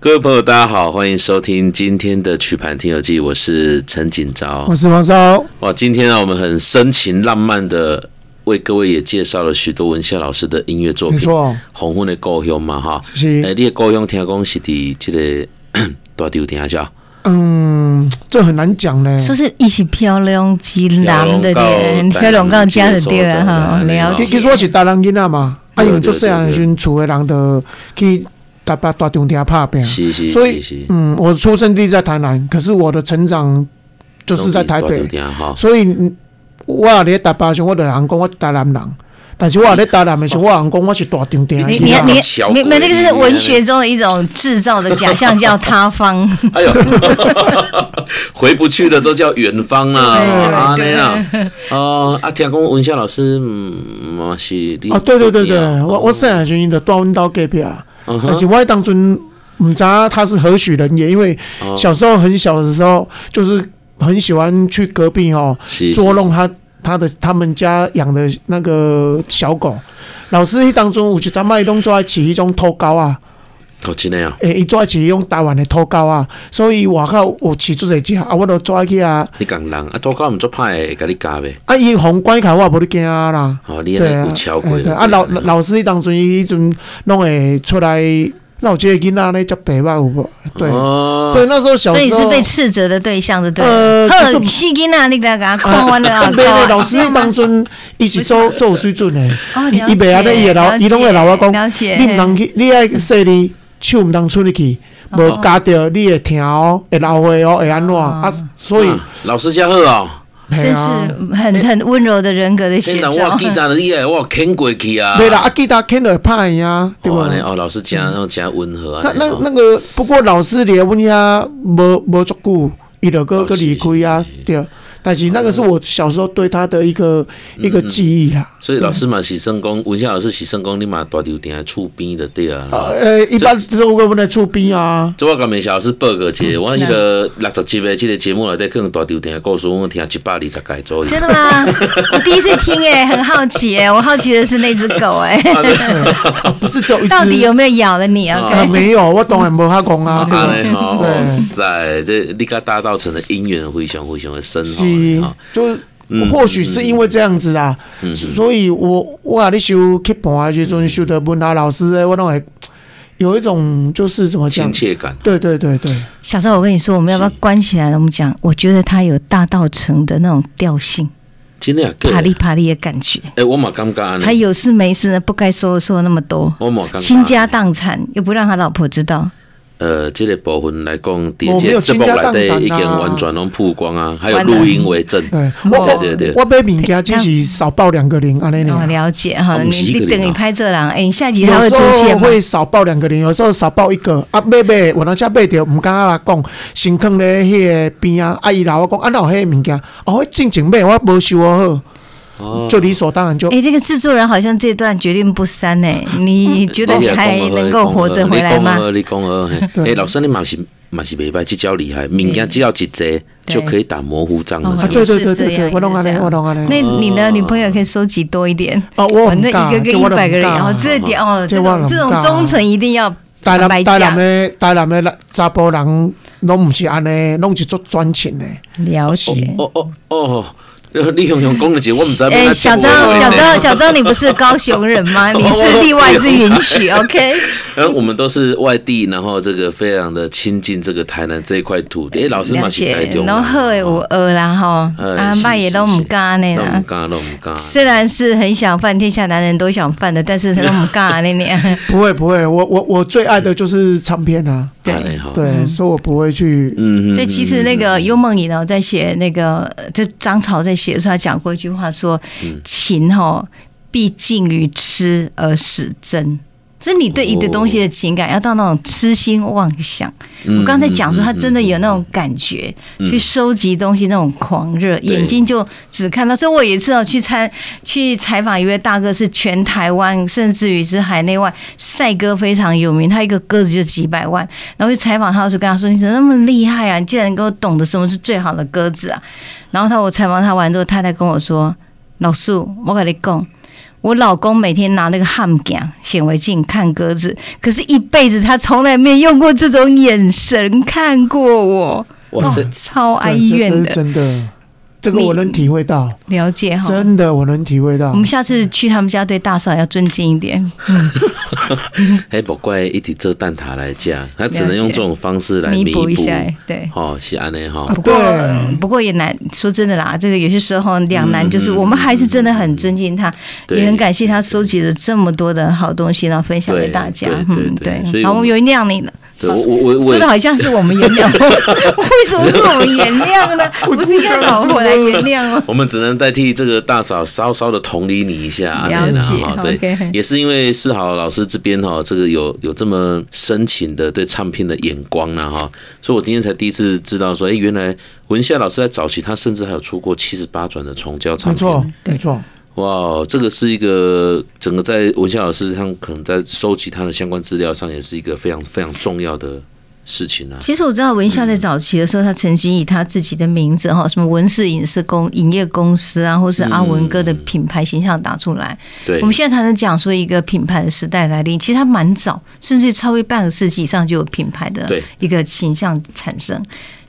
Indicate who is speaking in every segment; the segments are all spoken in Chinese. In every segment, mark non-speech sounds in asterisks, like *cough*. Speaker 1: 各位朋友，大家好，欢迎收听今天的曲盘听友记，我是陈锦昭
Speaker 2: 我。哦是黄少，
Speaker 1: 哇，今天啊，我们很深情浪漫的为各位也介绍了许多文夏老师的音乐作
Speaker 2: 没
Speaker 1: 品，《
Speaker 2: 错，哦
Speaker 1: 红昏的故乡》嘛，哈，哎
Speaker 2: 是
Speaker 1: 诶，你的故乡听讲是伫这个大啊丢听下，
Speaker 2: 嗯，这很难讲呢。
Speaker 3: 说是一起漂亮极南的
Speaker 1: 漂亮
Speaker 3: 人，
Speaker 1: 到
Speaker 3: 漂亮到家的对
Speaker 1: 台南
Speaker 3: 啊，哈，
Speaker 1: 这样
Speaker 3: 了
Speaker 1: 子
Speaker 2: 其
Speaker 3: 解。
Speaker 2: 其实我是台南囡仔嘛，啊，
Speaker 1: 对
Speaker 2: 因为
Speaker 1: 对
Speaker 2: 做细汉的时阵，厝的人就去台北大中厅拍拼。
Speaker 1: 是是
Speaker 2: 嗯所
Speaker 1: 是
Speaker 2: 以
Speaker 1: 是，
Speaker 2: 嗯，我出生地在台南，可是我的成长就是在台
Speaker 1: 拢
Speaker 2: 北
Speaker 1: 伫大，稻埕
Speaker 2: *laughs*
Speaker 1: 哈。
Speaker 2: 所以嗯我咧台北的时候，我就人讲我是台南人，但是我咧台南的时候，我人讲我是大中厅的
Speaker 3: 你
Speaker 2: 囡
Speaker 3: 你
Speaker 2: 仔。
Speaker 3: 你
Speaker 1: 小
Speaker 3: 你
Speaker 1: 鬼
Speaker 3: 们这个
Speaker 1: 你
Speaker 3: 是
Speaker 1: 啊
Speaker 3: 文学中的一种制造的假象，叫塌方。
Speaker 1: 哎呦， *laughs* 回不去的都叫远方啦，啊那
Speaker 3: 对
Speaker 2: *laughs*
Speaker 1: 样哦啊，听讲文夏老师，嗯，嘛是你
Speaker 2: 哦，对对对
Speaker 1: 做
Speaker 2: 对
Speaker 1: 的，啊
Speaker 2: 我我细汉的时候就住阮兜隔壁啊，
Speaker 1: 嗯
Speaker 2: 但
Speaker 1: 哼
Speaker 2: 是我当阵唔知道他是何许人也，因为
Speaker 1: 哦
Speaker 2: 小时候很小的时候，就是很喜欢去隔壁哦
Speaker 1: 是
Speaker 2: 捉弄他他的他们家养的那个小狗。老师迄当中有一阵仔伊拢做爱饲迄种土狗啊，欸
Speaker 1: 哦，真的啊，
Speaker 2: 诶、伊做爱饲迄种台湾的土狗啊，所以外口有饲出侪只，啊，我都做爱去啊，
Speaker 1: 你讲人啊，多高唔做歹的，会甲你加呗，
Speaker 2: 啊，伊红关起来我也无咧惊啊啦。
Speaker 1: 哦，你
Speaker 2: 对
Speaker 1: 安
Speaker 2: 啊
Speaker 1: 尼有超过
Speaker 2: 哎
Speaker 1: 就
Speaker 2: 对
Speaker 1: 对
Speaker 2: 啊，老老师迄当阵伊迄阵拢会出来，那有即个囡仔咧接白吧有无？对，
Speaker 1: 哦，
Speaker 2: 所以那时候小
Speaker 3: 所以
Speaker 2: 时候，
Speaker 3: 你是被斥责的对象，就对
Speaker 2: 呃
Speaker 3: 了。
Speaker 2: 就是
Speaker 3: 呵，西吉娜，你给他给他看完了啊
Speaker 2: 啊，，没有
Speaker 3: 看完
Speaker 2: 老师
Speaker 3: 是这样吗
Speaker 2: 当阵伊是做做有水准
Speaker 3: *laughs*
Speaker 2: 的，
Speaker 3: 哦，
Speaker 2: 伊伊袂安尼伊会老，伊拢会老我讲，
Speaker 3: 了解，
Speaker 2: 你毋通去，你爱说你手毋通出入去，无
Speaker 3: 哦
Speaker 2: 夹着你会疼哦，会老血哦，会安怎啊？所以，
Speaker 1: 啊老师家好哦，
Speaker 2: 嘿
Speaker 3: 真
Speaker 2: 啊，
Speaker 3: 是很很温柔的人格的
Speaker 1: 天
Speaker 3: 写
Speaker 1: 哪，
Speaker 3: 照。
Speaker 1: 我记得你诶，我有牵过去啊，
Speaker 2: 对啦，啊，记得肯定会拍伊啊，对
Speaker 1: 哦，
Speaker 2: 无
Speaker 1: 安？尼哦，老师真哦真温和啊
Speaker 2: 那，那
Speaker 1: 哦
Speaker 2: 那个，不过老师离阮遐无无足久，伊就
Speaker 1: 哦
Speaker 2: 个个
Speaker 1: 是是
Speaker 2: 离开啊
Speaker 1: 是，哦
Speaker 2: 对。但是那个是我小时候对他的一个
Speaker 1: 嗯
Speaker 2: 一个记忆啦。
Speaker 1: 所以老师嘛是圣公，文夏老师是圣公，你嘛大酒店厝边的对啊。
Speaker 2: 呃，呃一般是我们的厝
Speaker 1: *laughs*
Speaker 2: 边啊，
Speaker 1: 这我甲梅小老师报告一下，我迄
Speaker 2: 嗯
Speaker 1: 个六十集的这个节目内底，可能大酒店的故事，我听一百二十届左右。
Speaker 3: 真的吗？我第一次听哎、很好奇哎、我好奇的是那只狗哎、
Speaker 1: 哦
Speaker 2: 啊不是只有一
Speaker 3: 到底
Speaker 2: 只
Speaker 3: 有没有咬了你啊？
Speaker 2: 啊，没有，我当然无遐讲啊，对吧
Speaker 1: 安尼吼，
Speaker 2: 对
Speaker 1: 哇塞，这你甲大道城的姻缘非常非常的深
Speaker 2: 是
Speaker 1: 吼。，
Speaker 2: 就是
Speaker 1: 嗯
Speaker 2: 或许是因为这样子啦，所以我我啊，你修去盘的时阵，修的文达老师的，我拢会有一种就是怎么
Speaker 1: 亲
Speaker 2: 讲？
Speaker 1: 切感，
Speaker 2: 对对对对，
Speaker 3: 小时候我跟你说，我们要不要关起来了？我们讲，我觉得它有大道城的那种调性，
Speaker 1: 真的啊，个
Speaker 3: 啪哩啪哩的感觉，
Speaker 1: 诶，我嘛感觉安
Speaker 3: 才
Speaker 1: 尼，
Speaker 3: 有事没事呢，不该说的说那么多，
Speaker 1: 我嘛感觉
Speaker 3: 倾家荡产又不让他老婆知道，
Speaker 1: 呃，这个部分来讲，伫
Speaker 3: 哦
Speaker 2: 我
Speaker 1: 这
Speaker 2: 没
Speaker 1: 个
Speaker 2: 有
Speaker 1: 节
Speaker 2: 倾
Speaker 1: 目
Speaker 2: 家
Speaker 1: 内
Speaker 2: 荡产啊
Speaker 1: 底已经完全拢曝光啊，还有录音为证。
Speaker 2: 对，我
Speaker 1: 对
Speaker 2: 我
Speaker 1: 对对，
Speaker 2: 我买物件只是少报两个零，安尼
Speaker 3: 我
Speaker 2: 呢。
Speaker 3: 哦了解
Speaker 1: 哎我
Speaker 3: 哈。
Speaker 1: 们
Speaker 3: 你
Speaker 1: 是一个人啊
Speaker 3: 你等你拍这狼，哎，你下集
Speaker 2: 有
Speaker 3: 还会
Speaker 2: 时
Speaker 3: 出现
Speaker 2: 候
Speaker 3: 吗？
Speaker 2: 会少报两个零，有时候少报一个。啊，买买，我那下买着，毋敢啊讲，先放咧迄个边啊。啊，伊老我讲，啊，哪有迄个物件，哦，迄正经买，我无收好，
Speaker 1: 哦
Speaker 2: 就理所当然就
Speaker 3: 哎、。这个制作人好像这段决定不删哎、你觉得
Speaker 1: 你
Speaker 3: 你
Speaker 1: 也
Speaker 3: 还
Speaker 1: 讲得好
Speaker 3: 能够活着回来吗？
Speaker 1: 你讲好，你讲好。嘿
Speaker 2: 对
Speaker 1: 哎，老师，你嘛是嘛是袂歹，这招厉害，物件只要一济就可以打模糊仗了
Speaker 3: 哦。
Speaker 1: 是
Speaker 2: 啊，
Speaker 1: 吗
Speaker 2: 对对对
Speaker 3: 是这
Speaker 2: 对啊对，
Speaker 3: 样
Speaker 2: 我拢安
Speaker 3: 是这
Speaker 2: 尼，
Speaker 3: 样
Speaker 2: 我拢安尼。
Speaker 3: 那你的女朋友可以收集多一点，
Speaker 2: 哦，我
Speaker 3: 反
Speaker 2: 很
Speaker 3: 正
Speaker 2: 尬，
Speaker 3: 一个跟
Speaker 2: 这
Speaker 3: 一
Speaker 2: 我就
Speaker 3: 百
Speaker 2: 很
Speaker 3: 个人，
Speaker 2: 尬
Speaker 3: 然后这点哦，
Speaker 2: 这
Speaker 3: 这
Speaker 2: 我
Speaker 3: 种
Speaker 2: 很
Speaker 3: 这种
Speaker 2: 尬
Speaker 3: 忠诚一定要
Speaker 2: 台
Speaker 3: 白
Speaker 2: 南台南
Speaker 3: 讲，
Speaker 2: 的台南的查甫人拢毋是安尼，拢是足专情的。
Speaker 3: 了解。
Speaker 1: 哦哦哦， *laughs* 呃你用用讲了一个，我唔知道要怎
Speaker 3: 哎，
Speaker 1: 么
Speaker 3: 小
Speaker 1: 接
Speaker 3: 张，
Speaker 1: 话
Speaker 3: 小张，小张，你不是高雄人吗？你是例外之允
Speaker 1: *laughs*
Speaker 3: 许，OK？
Speaker 1: 呃，我们都是外地，然后这个非常的亲近这个台南这一块土地。哎，老师嘛
Speaker 3: 了
Speaker 1: 是台
Speaker 3: 解
Speaker 1: 中。人，
Speaker 3: 然后好的有学啦吼，
Speaker 1: 哎
Speaker 3: 啊，
Speaker 1: 是
Speaker 3: 爸也都唔敢呢
Speaker 1: 都
Speaker 3: 啦
Speaker 1: 唔。敢，都唔敢。
Speaker 3: 虽然是很想犯，天下男人都想犯的，但是他都唔
Speaker 1: *laughs*
Speaker 3: 敢呢 *laughs* 呢。
Speaker 2: 不会不会，我我我最爱的就是唱片啊，
Speaker 1: 安尼
Speaker 3: 对。
Speaker 1: 吼，
Speaker 2: 对，所以我不会去
Speaker 1: 嗯，嗯
Speaker 3: 所以其实那个幽梦里呢，在写那个，呃就张潮在写的时候，他讲过一句话说：“
Speaker 1: 嗯
Speaker 3: 情哈，必近于痴而始真。”所以你对一个东西的情感，要到那种痴心妄想。
Speaker 1: 哦
Speaker 3: 我刚才
Speaker 1: 嗯
Speaker 3: 讲说，他真的有那种感觉，去收集东西那种狂热，眼睛就只看到。所以我有一次哦，去参去采访一位大哥，是全台湾甚至于是海内外帅哥非常有名，他一个鸽子就几百万。然后去采访他的时候，跟他说：“你怎么那么厉害啊？你竟然能够懂得什么是最好的鸽子啊！”然后他我采访他完之后，太太跟我说：“老叔，我跟你讲，我我老公每天拿那个汉镜、显微镜看鸽子，可是一辈子他从来没有用过这种眼神看过我，哦
Speaker 1: 哇，这
Speaker 3: 超哀
Speaker 2: 对这
Speaker 3: 怨
Speaker 2: 这
Speaker 3: 的
Speaker 2: 是。真的，这个我能体会到，
Speaker 3: 了解哈，
Speaker 2: 真的我能体会到
Speaker 1: 嗯
Speaker 3: 我。们下次去他们家对大嫂要尊敬一点。
Speaker 1: 还不怪一直做蛋挞来讲，他只能用这种方式来
Speaker 3: 弥
Speaker 1: 弥
Speaker 3: 补
Speaker 1: 补
Speaker 3: 一下，对。
Speaker 1: 哦，是安内哈
Speaker 2: 啊，
Speaker 3: 不过
Speaker 2: 对
Speaker 3: 不过也难，说真的啦，这个有些时候两难，就是
Speaker 1: 嗯
Speaker 3: 我们还是真的很尊敬他，
Speaker 1: 对
Speaker 3: 也很感谢他收集了这么多的好东西，然后分享给大家
Speaker 1: 对。对
Speaker 3: 嗯，
Speaker 1: 对
Speaker 3: 对
Speaker 1: 所以。
Speaker 3: 好，
Speaker 1: 我
Speaker 3: 我原谅你了。
Speaker 1: 对我我我我
Speaker 3: 说的
Speaker 1: 也
Speaker 3: 好像是我们原谅，
Speaker 1: *laughs*
Speaker 3: 为什么是我们原
Speaker 2: *laughs*
Speaker 3: 谅呢？不是要老婆来原谅吗？
Speaker 1: 我们只能代替这个大嫂稍稍的同理你一下，阿
Speaker 3: 了
Speaker 1: 莲娜
Speaker 3: 解
Speaker 1: 哈，对
Speaker 3: OK，
Speaker 1: 也是因为世豪老师这边哈，这个有有这么深情的对唱片的眼光呢哈，所以我今天才第一次知道说，哎，原来文夏老师在早期他甚至还有出过七十八转的重胶唱
Speaker 2: 没错
Speaker 1: 片，，
Speaker 2: 没错，
Speaker 1: 哇，这个是一个整个在文夏老师他们可能在收集他的相关资料上，也是一个非常非常重要的事情啊。
Speaker 3: *laughs* 其实我知道文夏在早期的时候，他曾经以他自己的名字哈，什么文氏影视公影业公司啊，或是阿文哥的品牌形象打出来。
Speaker 1: 对
Speaker 3: 我，们现在才能讲说一个品牌的时代来临，其实它蛮早，甚至超越半个世纪以上就有品牌的
Speaker 1: 对
Speaker 3: 一个形象产生。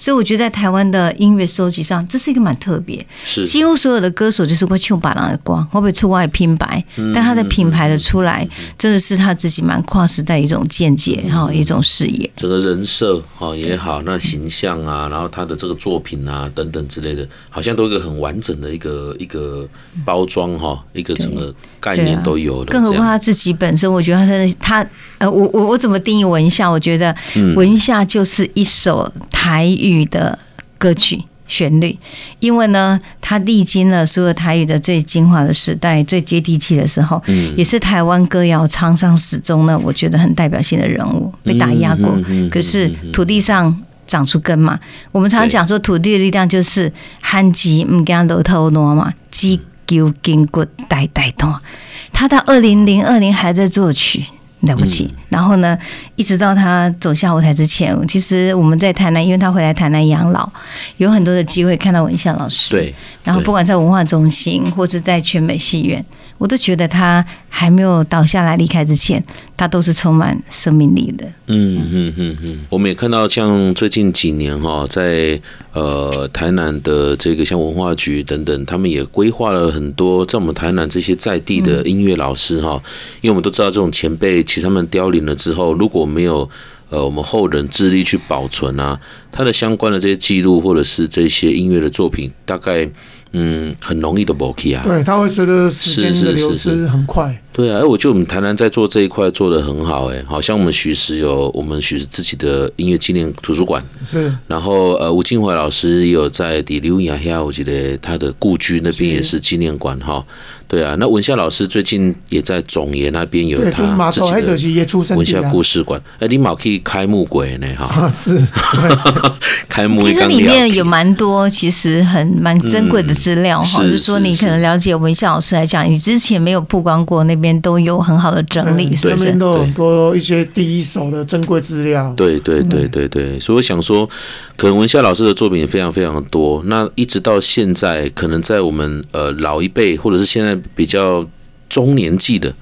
Speaker 3: 所以我觉得在台湾的音乐收集上，这是一个蛮特别。
Speaker 1: 是
Speaker 3: 几乎所有的歌手就是会唱把郎的光，会不会出外拼白？
Speaker 1: 嗯
Speaker 3: 但他的品牌的出来，真的是他自己蛮跨时代一种见解，
Speaker 1: 嗯
Speaker 3: 还有一种视野。
Speaker 1: 整个人设哦也好，那形象啊，然后他的这个作品啊等等之类的，好像都有一个很完整的一个一个包装哈，一个整个概念都有了。
Speaker 3: 啊更何
Speaker 1: 这
Speaker 3: 况
Speaker 1: 样
Speaker 3: 他自己本身，我觉得他真的是他呃，我我我怎么定义文夏？我觉得
Speaker 1: 嗯
Speaker 3: 文夏就是一首台语的歌曲。旋律，因为呢，他历经了所有台语的最精华的时代、最接地气的时候，
Speaker 1: 嗯
Speaker 3: 也是台湾歌谣沧桑始终呢，我觉得很代表性的人物，被打压过，
Speaker 1: 嗯嗯嗯嗯
Speaker 3: 可是土地上长出根嘛。我们常常讲说，土地的力量就是旱季唔惊楼头挪嘛，鸡狗筋骨代代动。他到二零零二年还在作曲。了不
Speaker 1: 嗯
Speaker 3: 起，然后呢，一直到他走下舞台之前，其实我们在台南，因为他回来台南养老，有很多的机会看到文夏老师。
Speaker 1: 对，
Speaker 3: 然后不管在文化中心或是在全美戏院，我都觉得他还没有倒下来离开之前，他都是充满生命力的。
Speaker 1: 嗯嗯嗯嗯，我们也看到像最近几年哈，在呃台南的这个像文化局等等，他们也规划了很多在我们台南这些在地的音乐老师哈，因为我们都知道这种前辈其实他们凋零了之后，如果没有呃我们后人致力去保存啊，他的相关的这些记录或者是这些音乐的作品，大概嗯很容易的 b o k 啊，
Speaker 2: 对，它会随着时间
Speaker 1: 是
Speaker 2: 的
Speaker 1: 是
Speaker 2: 流
Speaker 1: 是是
Speaker 2: 失很快。
Speaker 1: 对啊，哎，我觉得我们台南在做这一块做的很好、哎，好像我们许石有我们许石自己的音乐纪念图书馆，
Speaker 2: 是，
Speaker 1: 然后呃，吴金怀老师也有在底刘雅下，我记得他的故居那边也是纪念馆哈。对啊，那文夏老师最近也在总爷那边有
Speaker 2: 对，就是
Speaker 1: 他
Speaker 2: 码
Speaker 1: 自
Speaker 2: 头
Speaker 1: 己
Speaker 2: 黑德
Speaker 1: 的
Speaker 2: 西也出生
Speaker 1: 文
Speaker 2: 地
Speaker 1: 夏
Speaker 2: 啊，
Speaker 1: 故事馆，哎，你嘛可以开幕鬼呢
Speaker 2: *laughs*
Speaker 1: 哈，
Speaker 2: 啊是，
Speaker 1: 开幕
Speaker 3: 听
Speaker 1: 一
Speaker 3: 说
Speaker 1: 刚
Speaker 3: 里面
Speaker 1: 聊
Speaker 3: 有蛮多其实很蛮珍贵的资料哈，
Speaker 1: 嗯
Speaker 3: 就是是说你可能了解文夏老师来讲，你之前没有曝光过，那边都有很好的整理，是
Speaker 2: 那
Speaker 3: 不嗯是
Speaker 2: 边？都有很多一些第一手的珍贵资料。
Speaker 1: 对对对
Speaker 2: 嗯
Speaker 1: 对对，所以我想说，可能文夏老师的作品也非常非常多。那一直到现在，可能在我们呃老一辈，或者是现在比较中年纪的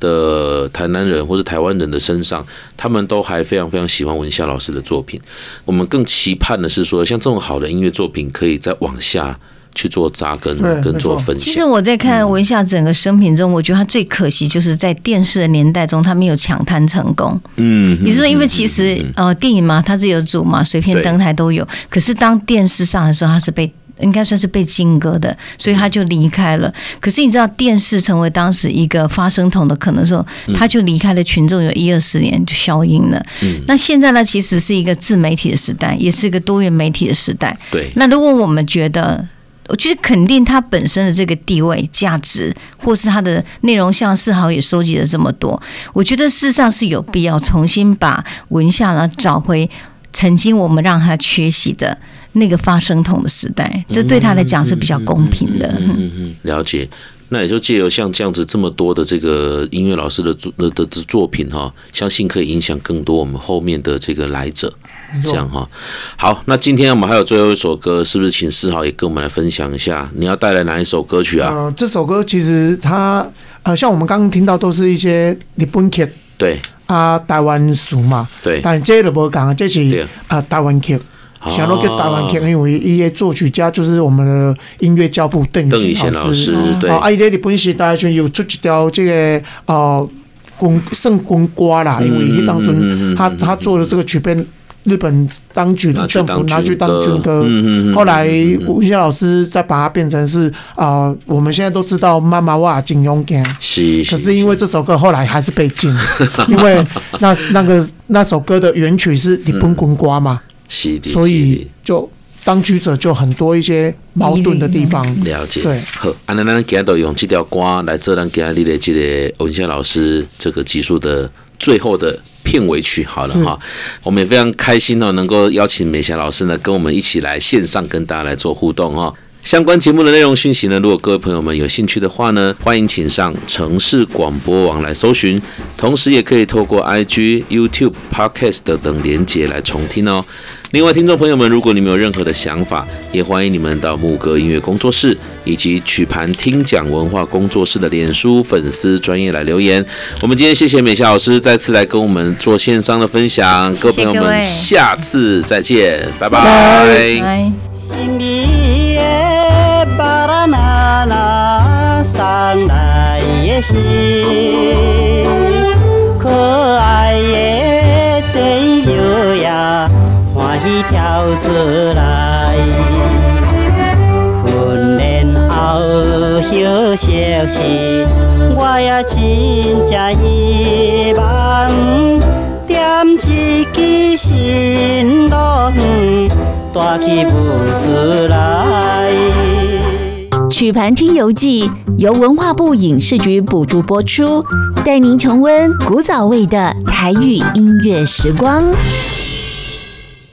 Speaker 1: 的台南人或者台湾人的身上，他们都还非常非常喜欢文夏老师的作品。我们更期盼的是说，像这种好的音乐作品，可以再往下去做扎根
Speaker 2: 对
Speaker 1: 跟
Speaker 2: 没
Speaker 1: 做
Speaker 2: 错
Speaker 1: 分
Speaker 3: 其实
Speaker 1: 享。
Speaker 3: 我在看文夏整个生平中，我觉得他最可惜就是在电视的年代中，他没有抢滩成功。
Speaker 1: 嗯，
Speaker 3: 你是说，因为其实呃，电影嘛，它是有组嘛，随便
Speaker 1: 对
Speaker 3: 登台都有。可是当电视上的时候，它是被应该算是被禁歌的，所以他就离开了。可是你知道，电视成为当时一个发声筒的可能的时候，
Speaker 1: 嗯
Speaker 3: 他就离开了群众有一二十年就消音了。
Speaker 1: 嗯
Speaker 3: 那现在呢，其实是一个自媒体的时代，也是一个多元媒体的时代。
Speaker 1: 对
Speaker 3: 那如果我们觉得，我就是肯定它本身的这个地位、价值，或是它的内容，像世豪也收集了这么多，我觉得事实上是有必要重新把文夏呢找回曾经我们让他缺席的那个发声筒的时代，这对他来讲是比较公平的。
Speaker 1: 嗯嗯，了解。那也就借由像这样子这么多的这个音乐老师的作的的的作品哈、相信可以影响更多我们后面的这个来者，这样哈、好，那今天我们还有最后一首歌，是不是请思豪也跟我们来分享一下？你要带来哪一首歌曲啊？
Speaker 2: 呃，这首歌其实它呃，像我们刚刚听到都是一些日本剧
Speaker 1: 对
Speaker 2: 啊、台湾剧嘛，
Speaker 1: 对，
Speaker 2: 但这个无讲，这
Speaker 1: 对
Speaker 2: 是
Speaker 1: 啊
Speaker 2: 啊台湾剧。想到叫台湾剧，
Speaker 1: 哦
Speaker 2: 因为伊个作曲家就是我们的音乐教父邓
Speaker 1: 邓宇贤
Speaker 2: 老
Speaker 1: 老师，对
Speaker 2: 哦，，啊，伊咧日本时代就有出一条这个呃军算军歌啦，因为伊当初
Speaker 1: 嗯嗯嗯嗯
Speaker 2: 他
Speaker 1: 嗯
Speaker 2: 他做了这个曲被日本当局的
Speaker 1: 拿去
Speaker 2: 政府
Speaker 1: 当
Speaker 2: 拿去
Speaker 1: 军
Speaker 2: 当
Speaker 1: 歌
Speaker 2: 军歌
Speaker 1: 嗯嗯嗯嗯嗯，嗯
Speaker 2: 后来吴宇轩老师再把它变成是啊、呃我们现在都知道妈妈哇金庸干。
Speaker 1: 是，
Speaker 2: 可是因为这首歌后来还是被
Speaker 1: *laughs*
Speaker 2: 禁了，因为那那个那首歌的原曲是日本滚瓜嘛，
Speaker 1: 是的，
Speaker 2: 所
Speaker 1: 是
Speaker 2: 以
Speaker 1: 的
Speaker 2: 就当局者就很多一些矛盾的地方。
Speaker 1: 了解，
Speaker 2: 对
Speaker 1: 好，安尼咱今日就用这条歌来做咱今日的这个文夏老师这个集数的最后的片尾曲，好了
Speaker 2: 是
Speaker 1: 哈。我们也非常开心哦，能够邀请美霞老师呢，跟我们一起来线上跟大家来做互动哦。相关节目的内容讯息呢，如果各位朋友们有兴趣的话呢，欢迎请上城市广播网来搜寻，同时也可以透过 IG、YouTube、Podcast 等连接来重听哦。另外，听众朋友们，如果你们有任何的想法，也欢迎你们到牧歌音乐工作室以及曲盘听讲文化工作室的脸书粉丝专业来留言。我们今天谢谢美霞老师再次来跟我们做线上的分享，各位朋
Speaker 3: 谢谢
Speaker 1: 友
Speaker 3: 各
Speaker 1: 们，
Speaker 3: 位
Speaker 1: 下次再见，拜拜。嗯
Speaker 3: 拜。
Speaker 4: 心里的巴拉那那上来的是可爱的真摇呀，欢喜跳出来。训练后休息时，我也真正希望点一支新路远，带去舞出来。
Speaker 5: 《曲盘听游记》由文化部影视局补助播出，带您重温古早味的台语音乐时光。